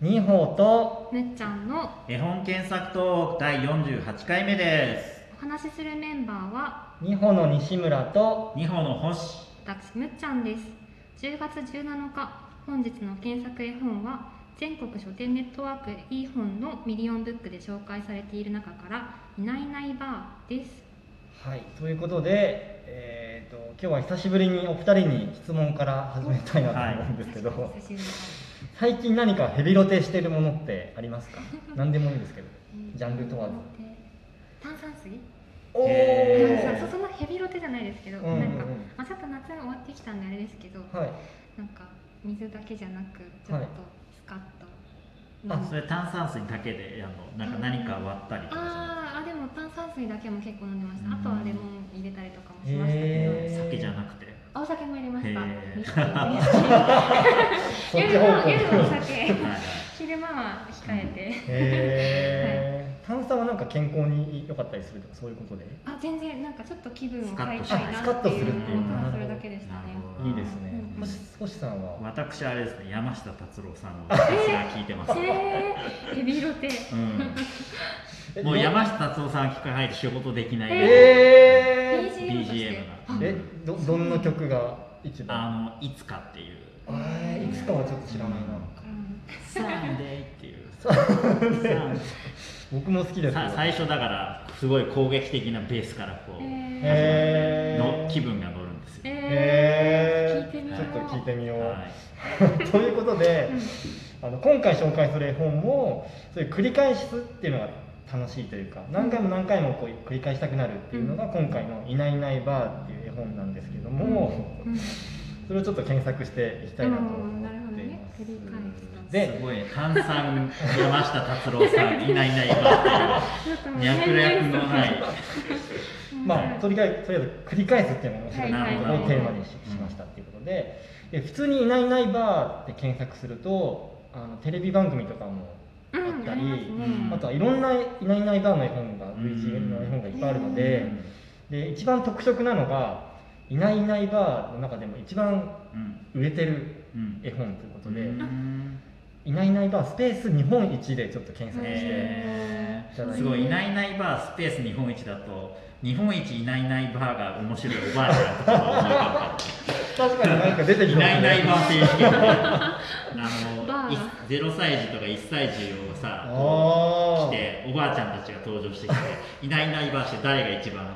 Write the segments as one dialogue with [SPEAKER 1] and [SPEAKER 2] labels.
[SPEAKER 1] 二歩と
[SPEAKER 2] むっちゃんの
[SPEAKER 3] 絵本検索トーク第48回目です
[SPEAKER 2] お話しするメンバーは
[SPEAKER 1] 二歩の西村と
[SPEAKER 3] 二歩の星
[SPEAKER 2] 私むっちゃんです10月17日本日の検索絵本は全国書店ネットワーク e 本のミリオンブックで紹介されている中から「いないいないバー」です
[SPEAKER 1] はいということで、えー、と今日は久しぶりにお二人に質問から始めたいなと思うんですけど、
[SPEAKER 2] 確かに久しぶりだ
[SPEAKER 1] 最近何かヘビロテしてるものってあります か何でもいいんですけど
[SPEAKER 2] うん
[SPEAKER 1] ジャンル問わず
[SPEAKER 2] 炭酸水
[SPEAKER 1] お
[SPEAKER 3] へ
[SPEAKER 2] そうそんなヘビロテじゃないですけど、
[SPEAKER 1] うんうんうん
[SPEAKER 2] なんか、まあ、ちょっと夏が終わってきたんであれですけど、
[SPEAKER 1] はい
[SPEAKER 2] なんか水だけじゃなくちょっとスカッと飲
[SPEAKER 1] あ
[SPEAKER 2] む、
[SPEAKER 3] それ炭酸水だけであのなんか何か割ったりとかじゃ
[SPEAKER 2] あーあでも炭酸水だけも結構飲んでました、
[SPEAKER 3] うん
[SPEAKER 2] あとはレモン入れたりとかもしましたけど、
[SPEAKER 1] へー
[SPEAKER 3] なくて酒じゃなくて
[SPEAKER 2] あお酒も入れました、
[SPEAKER 3] へー
[SPEAKER 2] ミステリーです
[SPEAKER 1] そっち
[SPEAKER 2] 夜
[SPEAKER 1] 方
[SPEAKER 2] は
[SPEAKER 1] 向
[SPEAKER 2] 夜はお酒
[SPEAKER 3] はいはい
[SPEAKER 2] 昼間は控えて
[SPEAKER 1] へー炭酸はなんか健康に良かったりするとかそういうことで
[SPEAKER 2] あ全然なんかちょっと気分を
[SPEAKER 3] スカ
[SPEAKER 2] 変
[SPEAKER 3] ッ
[SPEAKER 2] え
[SPEAKER 3] と
[SPEAKER 2] たい
[SPEAKER 1] するあ
[SPEAKER 2] なっていう
[SPEAKER 1] スカッとするっていう
[SPEAKER 2] のをそれだけでしたね
[SPEAKER 1] いいですね
[SPEAKER 2] うん
[SPEAKER 1] もし少しさんは
[SPEAKER 3] 私あれですね山下達郎さんの私が聞いてます、
[SPEAKER 2] えー、ヘビロテ
[SPEAKER 1] え
[SPEAKER 3] うん、もう山下達郎さんは聞かないと仕事できないぐらい
[SPEAKER 1] えー
[SPEAKER 2] BGM として
[SPEAKER 3] BGM が
[SPEAKER 1] えどどんな曲が一番
[SPEAKER 3] あのいつかっていう
[SPEAKER 1] えーいつかはちょっと知らないな
[SPEAKER 2] うん
[SPEAKER 3] 「サンデー」っていう
[SPEAKER 1] サ
[SPEAKER 3] サン
[SPEAKER 1] 僕も好きですよ
[SPEAKER 3] さ最初だからすごい攻撃的なベースからこう、
[SPEAKER 2] え
[SPEAKER 1] へー
[SPEAKER 3] の気分が乗るんですよ、
[SPEAKER 2] ー
[SPEAKER 1] へ
[SPEAKER 2] 聞いてみよう
[SPEAKER 1] ちょっと聞いてみよう、
[SPEAKER 3] はい、
[SPEAKER 1] ということで
[SPEAKER 2] うん、
[SPEAKER 1] あの今回紹介する絵本もそういう繰り返しっていうのが楽しいというか何回も何回もこう繰り返したくなるっていうのが今回の「いないいないばー」っていう絵本なんですけども、
[SPEAKER 2] うん
[SPEAKER 1] それをちょっと検索していきたいなと
[SPEAKER 2] うん
[SPEAKER 1] 思
[SPEAKER 2] なるほ
[SPEAKER 1] っ
[SPEAKER 2] ど
[SPEAKER 1] てい
[SPEAKER 2] ね
[SPEAKER 1] ます。
[SPEAKER 2] 繰り返した
[SPEAKER 1] です
[SPEAKER 3] ごい炭酸山下達郎さんいないいないばっていう脈絡のない
[SPEAKER 1] まあ、とりあえずとりあえず繰り返すっていうのが面白い
[SPEAKER 2] はい
[SPEAKER 1] こと
[SPEAKER 2] はい
[SPEAKER 1] をテーマにししましたっていうことでで普通に「いないいないばー」って検索するとあのテレビ番組とかも
[SPEAKER 2] うん
[SPEAKER 1] あったり
[SPEAKER 2] ありますね
[SPEAKER 1] あとはいろんな「いないいないばー」の絵本が VGM の絵本がいっぱいあるので。で一番特色なのが「いないいないばー」の中でも一番
[SPEAKER 3] うん
[SPEAKER 1] 売れてる
[SPEAKER 3] うん
[SPEAKER 1] 絵本ということ
[SPEAKER 3] うん
[SPEAKER 1] で
[SPEAKER 3] う
[SPEAKER 1] 「
[SPEAKER 3] ん
[SPEAKER 1] いないいないばー」スペース日本一でちょっと検索して、
[SPEAKER 3] え
[SPEAKER 1] じゃな
[SPEAKER 3] ー、
[SPEAKER 1] い
[SPEAKER 3] すごい「いないいないバー」スペース日本一だと日本一いないいないバーが面白いおばあちゃんとかが思い浮かぶから
[SPEAKER 1] 確かに何か出てき て
[SPEAKER 3] い
[SPEAKER 1] ます
[SPEAKER 3] ないいないバー選手権あ
[SPEAKER 2] バ
[SPEAKER 3] の
[SPEAKER 2] ー
[SPEAKER 3] い0歳児とか1歳児をさ
[SPEAKER 1] あ
[SPEAKER 3] 来
[SPEAKER 1] ー
[SPEAKER 3] ておばあちゃんたちが登場してきていないいないバーして誰が一番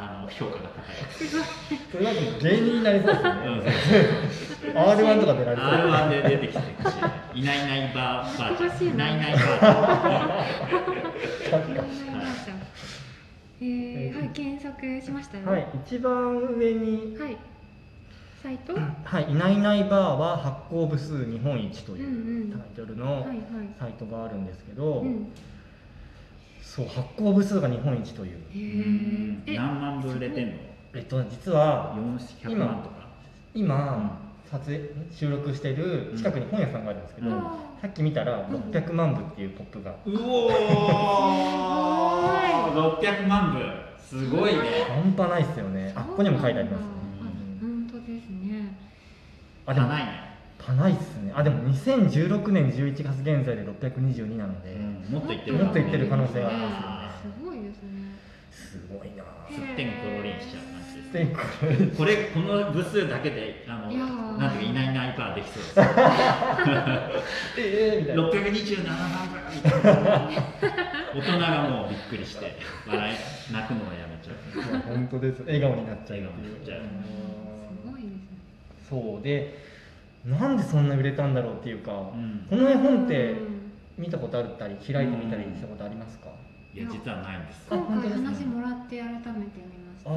[SPEAKER 3] あの評価が
[SPEAKER 1] それなんか芸人になりそうですね
[SPEAKER 3] 高い、うん、
[SPEAKER 1] r 1とか出られそう
[SPEAKER 3] R1 で出てきてほしいいないいないバーバー
[SPEAKER 2] 懐かし
[SPEAKER 3] ち
[SPEAKER 2] い
[SPEAKER 3] ゃんい
[SPEAKER 2] な
[SPEAKER 3] ないいないバー
[SPEAKER 1] 確か
[SPEAKER 2] えー、はい、検索しましたよ。
[SPEAKER 1] はい、一番上に
[SPEAKER 2] はい。サイト。
[SPEAKER 1] 「はい、いないいないばー」は発行部数日本一というタイトルの
[SPEAKER 2] はいはい。
[SPEAKER 1] サイトがあるんですけど、
[SPEAKER 2] うん。
[SPEAKER 1] そう発行部数が日本一という
[SPEAKER 2] へ
[SPEAKER 3] う
[SPEAKER 2] ー
[SPEAKER 3] ん
[SPEAKER 2] え。
[SPEAKER 3] 何万部売れてんの
[SPEAKER 1] えっと実は
[SPEAKER 3] 400万とか
[SPEAKER 1] 今撮影収録してる近くに本屋さんがあるんですけど、
[SPEAKER 3] うん
[SPEAKER 1] さっき見たら600万部っていうポップが、
[SPEAKER 3] うおー600万部すごいね
[SPEAKER 1] 半端ないですよねあここにも書いてありますね
[SPEAKER 2] あ本当ですね。
[SPEAKER 1] あで
[SPEAKER 3] じゃ
[SPEAKER 1] も
[SPEAKER 3] ないね
[SPEAKER 1] パないっすねあでも2016年11月現在で622なので、
[SPEAKER 3] もっといってる
[SPEAKER 1] もっといってる可能性があり
[SPEAKER 3] ますよね
[SPEAKER 2] すごいですね。
[SPEAKER 1] すごいな
[SPEAKER 3] すってんころりんしちゃう感じです
[SPEAKER 1] でこれ
[SPEAKER 3] これこの部数だけであの
[SPEAKER 2] いやー
[SPEAKER 3] なんていうかいないいないパーできそうです
[SPEAKER 1] ええみたいな
[SPEAKER 3] 627万部みたいな大人がもうびっくりして笑い泣くのはやめちゃ
[SPEAKER 1] い
[SPEAKER 3] う
[SPEAKER 1] や本当です笑顔になっちゃうっていう
[SPEAKER 3] 笑顔になっちゃう
[SPEAKER 2] すごいですね。
[SPEAKER 1] そうでなんでそんな売れたんだろうっていうか、
[SPEAKER 3] うん
[SPEAKER 1] この絵本って見たことあったり開いてみたりしたことありますか、
[SPEAKER 3] いや実はないんです
[SPEAKER 1] あ
[SPEAKER 2] 今
[SPEAKER 1] 本当
[SPEAKER 2] 回
[SPEAKER 1] ですね
[SPEAKER 2] 話もらって改めて読みました。
[SPEAKER 1] あー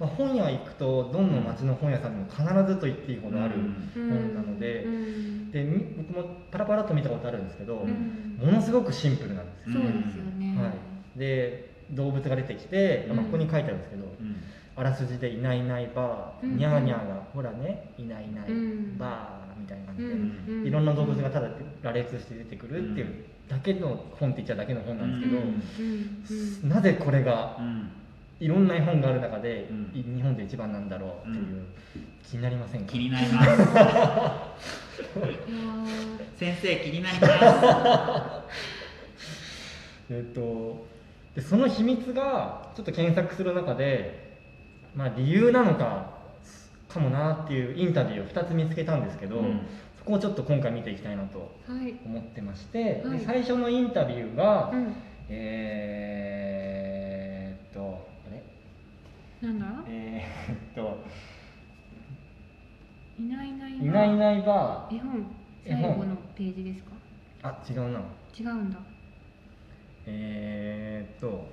[SPEAKER 1] まあ、本屋行くとどんな町の本屋さんにも必ずと言っていいほどある、
[SPEAKER 3] うん
[SPEAKER 1] 本なので
[SPEAKER 2] うん
[SPEAKER 1] でみ僕もパラパラっと見たことあるんですけど、
[SPEAKER 2] うん
[SPEAKER 1] ものすごくシンプルなんですよ、
[SPEAKER 2] そうですよね。
[SPEAKER 1] はい、で動物が出てきて、まあ、
[SPEAKER 2] うん
[SPEAKER 1] ここに書いてあるんですけど、
[SPEAKER 3] うん
[SPEAKER 1] あらすじで「いないいないばー」
[SPEAKER 2] うん
[SPEAKER 1] にゃーにゃーが「ほらねいないいない
[SPEAKER 2] うん
[SPEAKER 1] ばー」みたいな感じで、
[SPEAKER 2] うん
[SPEAKER 1] いろんな動物がただ羅列して出てくるっていううだけの本って言っちゃだけの本なんですけど、
[SPEAKER 2] うんうん
[SPEAKER 1] なぜこれが
[SPEAKER 3] うん
[SPEAKER 1] いいろんな絵本がある中で、
[SPEAKER 3] うん
[SPEAKER 1] い日本で一番なんだろうっていう、
[SPEAKER 3] うん
[SPEAKER 1] 気になりませんか
[SPEAKER 3] 気になります
[SPEAKER 2] ー
[SPEAKER 3] 先生気になりま
[SPEAKER 1] えっとでその秘密がちょっと検索する中で、まあ、理由なのかかもなっていうインタビューを2つ見つけたんですけ
[SPEAKER 3] す、
[SPEAKER 1] ど、
[SPEAKER 3] うん
[SPEAKER 1] そこをちょっと今回見ていきたいなと
[SPEAKER 2] はい。
[SPEAKER 1] 思ってまして、
[SPEAKER 2] はい
[SPEAKER 1] で最初のインタビューが、
[SPEAKER 2] うん。
[SPEAKER 1] えー、っとあれ
[SPEAKER 2] なんだ。
[SPEAKER 1] えー、っと
[SPEAKER 2] いないいない
[SPEAKER 1] 「
[SPEAKER 2] ば
[SPEAKER 1] いないいないば
[SPEAKER 2] 絵本
[SPEAKER 1] 絵
[SPEAKER 2] 最
[SPEAKER 1] 本
[SPEAKER 2] 後のページですか。
[SPEAKER 1] ー」あ違うな
[SPEAKER 2] 違うんだ。
[SPEAKER 1] えー、っと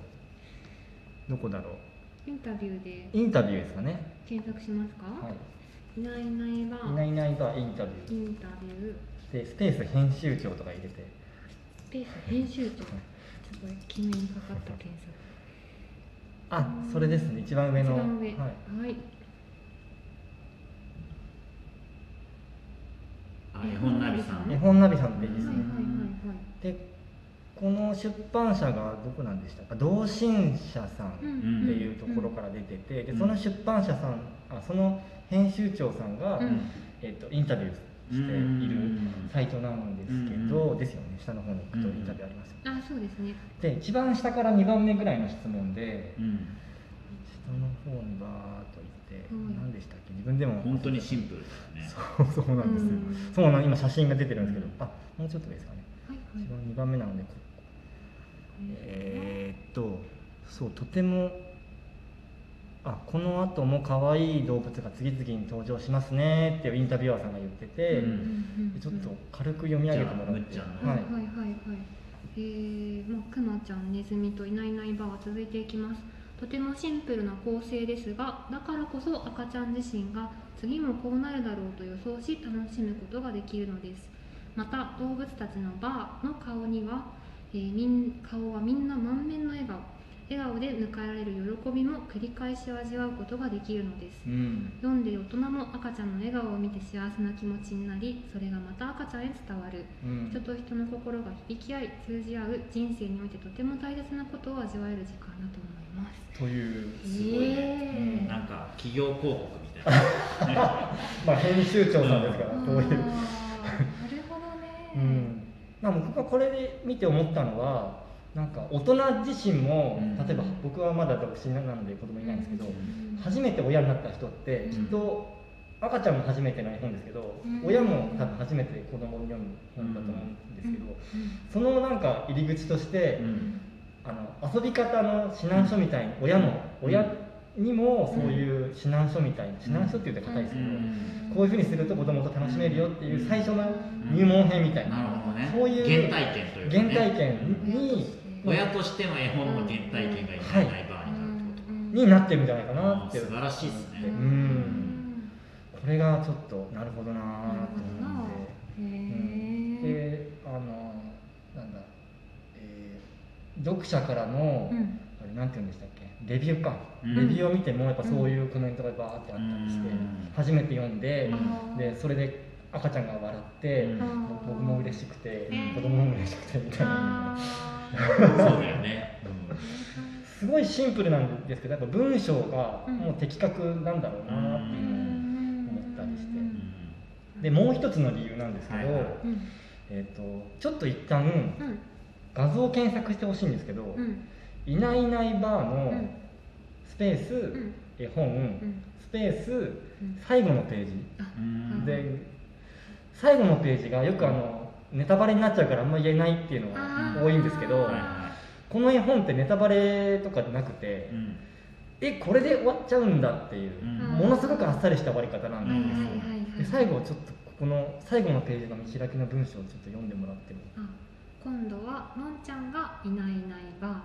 [SPEAKER 1] どこだろ
[SPEAKER 2] インタビューで
[SPEAKER 1] うインタビューですかね、
[SPEAKER 2] 検索しますか。、
[SPEAKER 1] はい
[SPEAKER 2] ないいないば
[SPEAKER 1] い、いないいないばーインタビュー
[SPEAKER 2] インタビュー
[SPEAKER 1] でスペース編集長とか入れて
[SPEAKER 2] スペース編集長。ちょっとこれ君にかかった検索。
[SPEAKER 1] あそれですね一番上の
[SPEAKER 2] 一番上。
[SPEAKER 1] はい、
[SPEAKER 2] はい
[SPEAKER 3] あ絵本ナビさん
[SPEAKER 1] 絵
[SPEAKER 3] の
[SPEAKER 1] 本ナビさんのページです
[SPEAKER 2] はいは
[SPEAKER 1] ね
[SPEAKER 2] い、はいはい。
[SPEAKER 1] でこの出版社がどこなんでしたか同心社さんっ
[SPEAKER 2] うん
[SPEAKER 1] ていうところから出てて、で
[SPEAKER 3] うん
[SPEAKER 1] その出版社さんあその編集長さんが、
[SPEAKER 2] うん
[SPEAKER 1] えっとインタビューしているサイトなんですけど、ですよね下の方に行くとインタビューありますよね、
[SPEAKER 2] あ、そうですね。
[SPEAKER 1] で一番下から2番目ぐらいの質問で
[SPEAKER 3] うん
[SPEAKER 1] 下の方にバーっと行って、
[SPEAKER 2] うん
[SPEAKER 1] 何でしたっけ自分でも
[SPEAKER 3] 本当にシンプルだよね
[SPEAKER 1] そう そうなんですよ、
[SPEAKER 2] うん
[SPEAKER 1] そうなん今写真が出てるんですけど、
[SPEAKER 3] うん
[SPEAKER 1] あもうちょっとですかね
[SPEAKER 2] はい
[SPEAKER 1] 一
[SPEAKER 2] は
[SPEAKER 1] 番2番目なのでこ
[SPEAKER 2] い。
[SPEAKER 1] えーっとそうとてもあこの後も可愛い動物が次々に登場しますねっていうインタビュアーさんが言ってて、
[SPEAKER 2] うんう
[SPEAKER 3] う
[SPEAKER 2] んうんうん
[SPEAKER 1] ちょっと軽く読み上げてもらっ
[SPEAKER 3] じ
[SPEAKER 1] て
[SPEAKER 3] ゃあむっちゃんの
[SPEAKER 2] は
[SPEAKER 1] はいい
[SPEAKER 2] はいはいはい。えー、まあ、くまちゃん、ネズミといないいないばあは続いていきます。とてもシンプルな構成ですが、だからこそ赤ちゃん自身が次もこうなるだろうと予想し楽しむことができるのです。また動物たちのバーの顔には、えーみん顔はみんな満面の笑顔、笑顔で迎えられる喜びも繰り返し味わうことができるのです。
[SPEAKER 1] うん
[SPEAKER 2] 読んでいる大人も赤ちゃんの笑顔を見て幸せな気持ちになりそれがまた赤ちゃんへ伝わる
[SPEAKER 1] うん
[SPEAKER 2] 人と人の心が響き合い通じ合う人生においてとても大切なことを味わえる時間だと思います
[SPEAKER 1] という
[SPEAKER 3] すごい
[SPEAKER 2] え
[SPEAKER 3] ね
[SPEAKER 2] ー
[SPEAKER 3] なんか企業広告みたいな
[SPEAKER 1] まあ編集長さんですから、
[SPEAKER 2] あー
[SPEAKER 1] こういう
[SPEAKER 2] なるほどね、
[SPEAKER 1] うん、まあ僕がこれで見て思ったのはなんか大人自身も、
[SPEAKER 3] うん
[SPEAKER 1] 例えば僕はまだ独身なので子供いないんですけど、
[SPEAKER 2] うん
[SPEAKER 1] 初めて親になった人って
[SPEAKER 2] うん
[SPEAKER 1] きっと赤ちゃんも初めての絵本ですけど、
[SPEAKER 2] うん
[SPEAKER 1] 親も多分初めて子供に読む本だと思うんですけど、
[SPEAKER 2] うん
[SPEAKER 1] そのなんか入り口として、
[SPEAKER 3] うん
[SPEAKER 1] あの遊び方の指南書みたいに親の、
[SPEAKER 3] うん
[SPEAKER 1] 親にもそういう指南書みたいな指南書って言うと硬いですけど、
[SPEAKER 3] うん
[SPEAKER 1] こういうふうにすると子供と楽しめるよっていう最初の
[SPEAKER 2] ん
[SPEAKER 1] 入門編みたいな。
[SPEAKER 3] なるほどね
[SPEAKER 1] そういう
[SPEAKER 3] 原体験というか、
[SPEAKER 1] 原
[SPEAKER 3] ね、
[SPEAKER 1] 体験
[SPEAKER 2] 親と
[SPEAKER 1] に
[SPEAKER 2] して
[SPEAKER 3] 親としての絵本の原体験がいないないバーになるってこ
[SPEAKER 2] うん
[SPEAKER 1] になってるんじゃないかなって
[SPEAKER 3] 素晴らしいですね
[SPEAKER 2] う
[SPEAKER 1] うんんこれがちょっとなるほどな
[SPEAKER 2] なる
[SPEAKER 1] ーと
[SPEAKER 2] ほどな
[SPEAKER 1] 思ってう
[SPEAKER 2] へ
[SPEAKER 1] ん
[SPEAKER 2] え
[SPEAKER 1] であのなんだ、えー読者からの、
[SPEAKER 2] うん
[SPEAKER 1] あれなんて言うんでしたっけレビューか、
[SPEAKER 3] うん
[SPEAKER 1] レビューを見てもやっぱそういうコメントがバーってあったりして、
[SPEAKER 3] うん
[SPEAKER 1] 初めて読んで、
[SPEAKER 2] うん
[SPEAKER 1] でそれで赤ちゃんが笑って、
[SPEAKER 3] うん
[SPEAKER 1] 僕も嬉しくて、
[SPEAKER 2] うん
[SPEAKER 1] 子供も嬉しくてみたいな。
[SPEAKER 2] あ
[SPEAKER 3] とそうだよね、うん
[SPEAKER 1] すごいシンプルなんですけどやっぱ文章が
[SPEAKER 2] うん
[SPEAKER 1] もう的確なんだろうなってい
[SPEAKER 2] ー
[SPEAKER 1] ううのを
[SPEAKER 2] ん
[SPEAKER 1] 思ったりして
[SPEAKER 3] うん
[SPEAKER 1] でもう一つの理由なんですけど、
[SPEAKER 3] はいはい
[SPEAKER 2] うん
[SPEAKER 1] えー、とちょっと一旦
[SPEAKER 2] うん
[SPEAKER 1] 画像を検索してほしいんですけど「
[SPEAKER 2] うん
[SPEAKER 1] いないいないバー」
[SPEAKER 2] う
[SPEAKER 1] の
[SPEAKER 2] ん
[SPEAKER 1] スペース、
[SPEAKER 2] うん
[SPEAKER 1] 絵本、
[SPEAKER 2] うん
[SPEAKER 1] スペース
[SPEAKER 2] うん
[SPEAKER 1] 最後のページ、
[SPEAKER 2] あ
[SPEAKER 3] うん
[SPEAKER 1] で最後のページがよくあのネタバレになっちゃうからあんま言えないっていうの
[SPEAKER 2] あ
[SPEAKER 1] が
[SPEAKER 2] ー
[SPEAKER 1] 多いんですけど
[SPEAKER 3] はいは
[SPEAKER 1] この絵本ってネタバレとかじゃなくて、
[SPEAKER 3] いうん
[SPEAKER 1] えこれで終わっちゃうんだっていう、
[SPEAKER 3] うん
[SPEAKER 1] ものすごくあっさりした終わり方な
[SPEAKER 2] はいはい
[SPEAKER 1] んですよ、
[SPEAKER 2] はいはい
[SPEAKER 1] で最後ちょっとここの最後のページの見開きの文章をちょっと読んでもらっても
[SPEAKER 2] あ今度はのんちゃんがいないいないば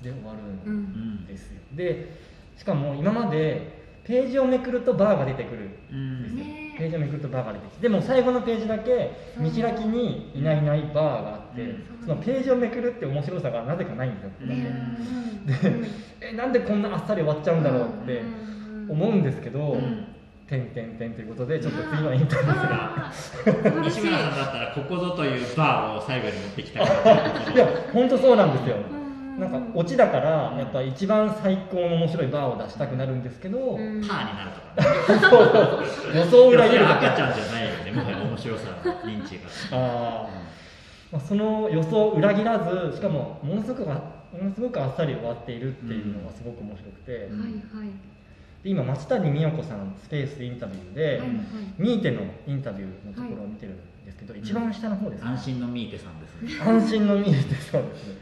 [SPEAKER 1] で終わ
[SPEAKER 2] う
[SPEAKER 1] る
[SPEAKER 3] うん
[SPEAKER 1] ん
[SPEAKER 3] ん
[SPEAKER 1] ですよ、でしかも今までページをめくるとバーが出てくる
[SPEAKER 3] うん
[SPEAKER 1] ですよ、
[SPEAKER 2] ねえ
[SPEAKER 1] ページをめくるとバーが出てきてでも最後のページだけ見開きにいないいないバーがあって、
[SPEAKER 3] うん
[SPEAKER 1] そのページをめくるって面白さがなぜかないんですよ、
[SPEAKER 3] うん
[SPEAKER 2] ね
[SPEAKER 1] でえなんでこんなあっさり終わっちゃうんだろうって思うんですけど、
[SPEAKER 2] うん
[SPEAKER 1] 点点点ということでちょっと次のインタビューが
[SPEAKER 2] が素
[SPEAKER 3] 西
[SPEAKER 2] 晴
[SPEAKER 3] 村
[SPEAKER 2] らし
[SPEAKER 3] さんだったらここぞというバーを最後に持ってきたから
[SPEAKER 1] いや本当そうなんですよ
[SPEAKER 2] いうんう ん
[SPEAKER 1] なんかオチだから
[SPEAKER 3] うん
[SPEAKER 1] やっぱ一番最高の面白いバーを出したくなるんですけど、
[SPEAKER 2] うん
[SPEAKER 3] パーになるとかね
[SPEAKER 1] 予想を裏
[SPEAKER 3] い
[SPEAKER 1] 切る
[SPEAKER 3] や
[SPEAKER 1] だ
[SPEAKER 3] 赤ちゃん
[SPEAKER 1] け
[SPEAKER 3] じゃないよねもはや面白さの認知が
[SPEAKER 1] あー、まあ、その予想を裏切らずしかもものすごくあものすごくあっさり終わっているっていうのがすごく面白くて、
[SPEAKER 3] う
[SPEAKER 1] で
[SPEAKER 3] ん
[SPEAKER 2] はい
[SPEAKER 1] 今町谷美代子さんスペースインタビューで、
[SPEAKER 2] はいはいはいはい
[SPEAKER 1] ミーテのインタビューのところを見てるんですけど、一番下の方です、
[SPEAKER 3] 安心のミーテさんですね
[SPEAKER 1] 安心のミーテさんですね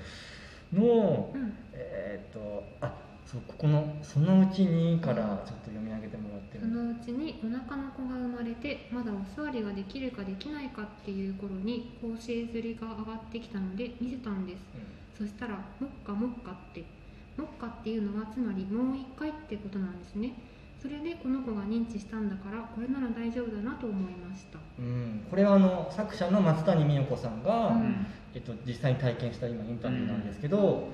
[SPEAKER 1] の
[SPEAKER 2] うん
[SPEAKER 1] えーっとあそうここの「そのうちに」からちょっと読み上げてもらって
[SPEAKER 2] そ
[SPEAKER 1] る
[SPEAKER 2] のうちにお腹の子が生まれてまだお座りができるかできないかっていう頃に構成ずりが上がってきたので見せたんですそしたら「もっかもっか」って「もっか」っていうのはつまりもう一回ってことなんですねそれでこの子が認知したんだからこれなら大丈夫だなと思いました
[SPEAKER 1] うん、うんこれはあの作者の松谷美代子さんが、
[SPEAKER 2] うん
[SPEAKER 1] えっと、実際に体験した今インタビューなんですけど、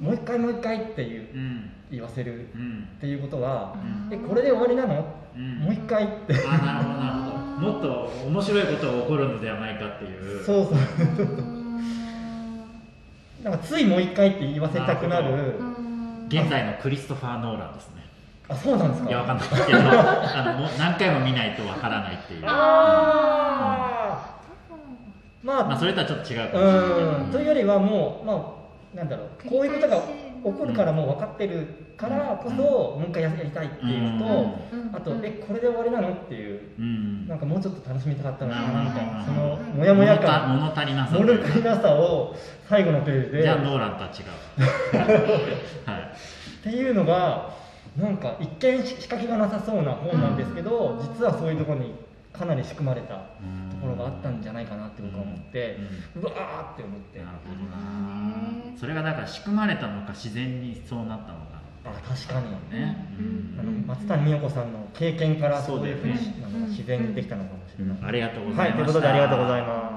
[SPEAKER 1] もう一回もう一回っていう
[SPEAKER 3] うん
[SPEAKER 1] 言わせる
[SPEAKER 3] うん
[SPEAKER 1] っていうことは、
[SPEAKER 3] ん
[SPEAKER 1] えこれで終わりなの、
[SPEAKER 3] うん
[SPEAKER 1] もう一回って、
[SPEAKER 3] あなるほどなるほどもっと面白いことが起こるのではないかっていう
[SPEAKER 1] そうそう
[SPEAKER 2] あー
[SPEAKER 1] なんかついもう一回って言わせたくなる
[SPEAKER 3] なる
[SPEAKER 2] あー
[SPEAKER 3] 現在のクリストファー・ノーランですね
[SPEAKER 1] あそうなんですか
[SPEAKER 3] いやわかんないけどあのもう何回も見ないとわからないっていう
[SPEAKER 1] あーま
[SPEAKER 3] まあ
[SPEAKER 1] あ
[SPEAKER 3] それとはちょっと違うかもしれないけど
[SPEAKER 1] うんというよりはもうまあなんだろうこういうことが起こるからもう分かってるからこそ、もう一回やりたいっていうのと、
[SPEAKER 2] うんうん
[SPEAKER 1] あと、えこれで終わりなのっていう
[SPEAKER 3] うん
[SPEAKER 1] なんかもうちょっと楽しみたかったのかなみたいな、
[SPEAKER 3] うん
[SPEAKER 1] その
[SPEAKER 2] うん
[SPEAKER 1] モヤモヤ感
[SPEAKER 3] 物足りなさ
[SPEAKER 1] 物足りなさを最後のページで
[SPEAKER 3] じゃあ
[SPEAKER 1] っ
[SPEAKER 3] ノーランとは違 うはい
[SPEAKER 1] ていうのがなんか一見仕掛けがなさそうな本なんですけど、
[SPEAKER 2] うん
[SPEAKER 1] 実はそういうところにかなり仕組まれた
[SPEAKER 3] うん
[SPEAKER 1] ところがあったんじゃないかなって僕は思って
[SPEAKER 3] うんうん、
[SPEAKER 1] うわーって思って
[SPEAKER 3] なる
[SPEAKER 1] あ
[SPEAKER 3] ほど
[SPEAKER 2] なるほどね
[SPEAKER 3] なそれがだから仕組まれたのか自然にそうなったのか
[SPEAKER 1] 確かに
[SPEAKER 3] ね
[SPEAKER 2] うん
[SPEAKER 1] あ
[SPEAKER 3] う
[SPEAKER 1] の
[SPEAKER 3] ん
[SPEAKER 1] 松谷美代子さんの経験から
[SPEAKER 3] そ
[SPEAKER 1] そうう
[SPEAKER 3] だ
[SPEAKER 1] い
[SPEAKER 3] よ
[SPEAKER 1] う
[SPEAKER 3] ね
[SPEAKER 1] ふうに、あの
[SPEAKER 2] うん
[SPEAKER 1] 自然にできたのかもしれない。
[SPEAKER 3] ありがとうござ
[SPEAKER 1] はいい、
[SPEAKER 3] ま
[SPEAKER 1] と
[SPEAKER 3] し
[SPEAKER 1] いうこと
[SPEAKER 3] た
[SPEAKER 1] でありがとうございます。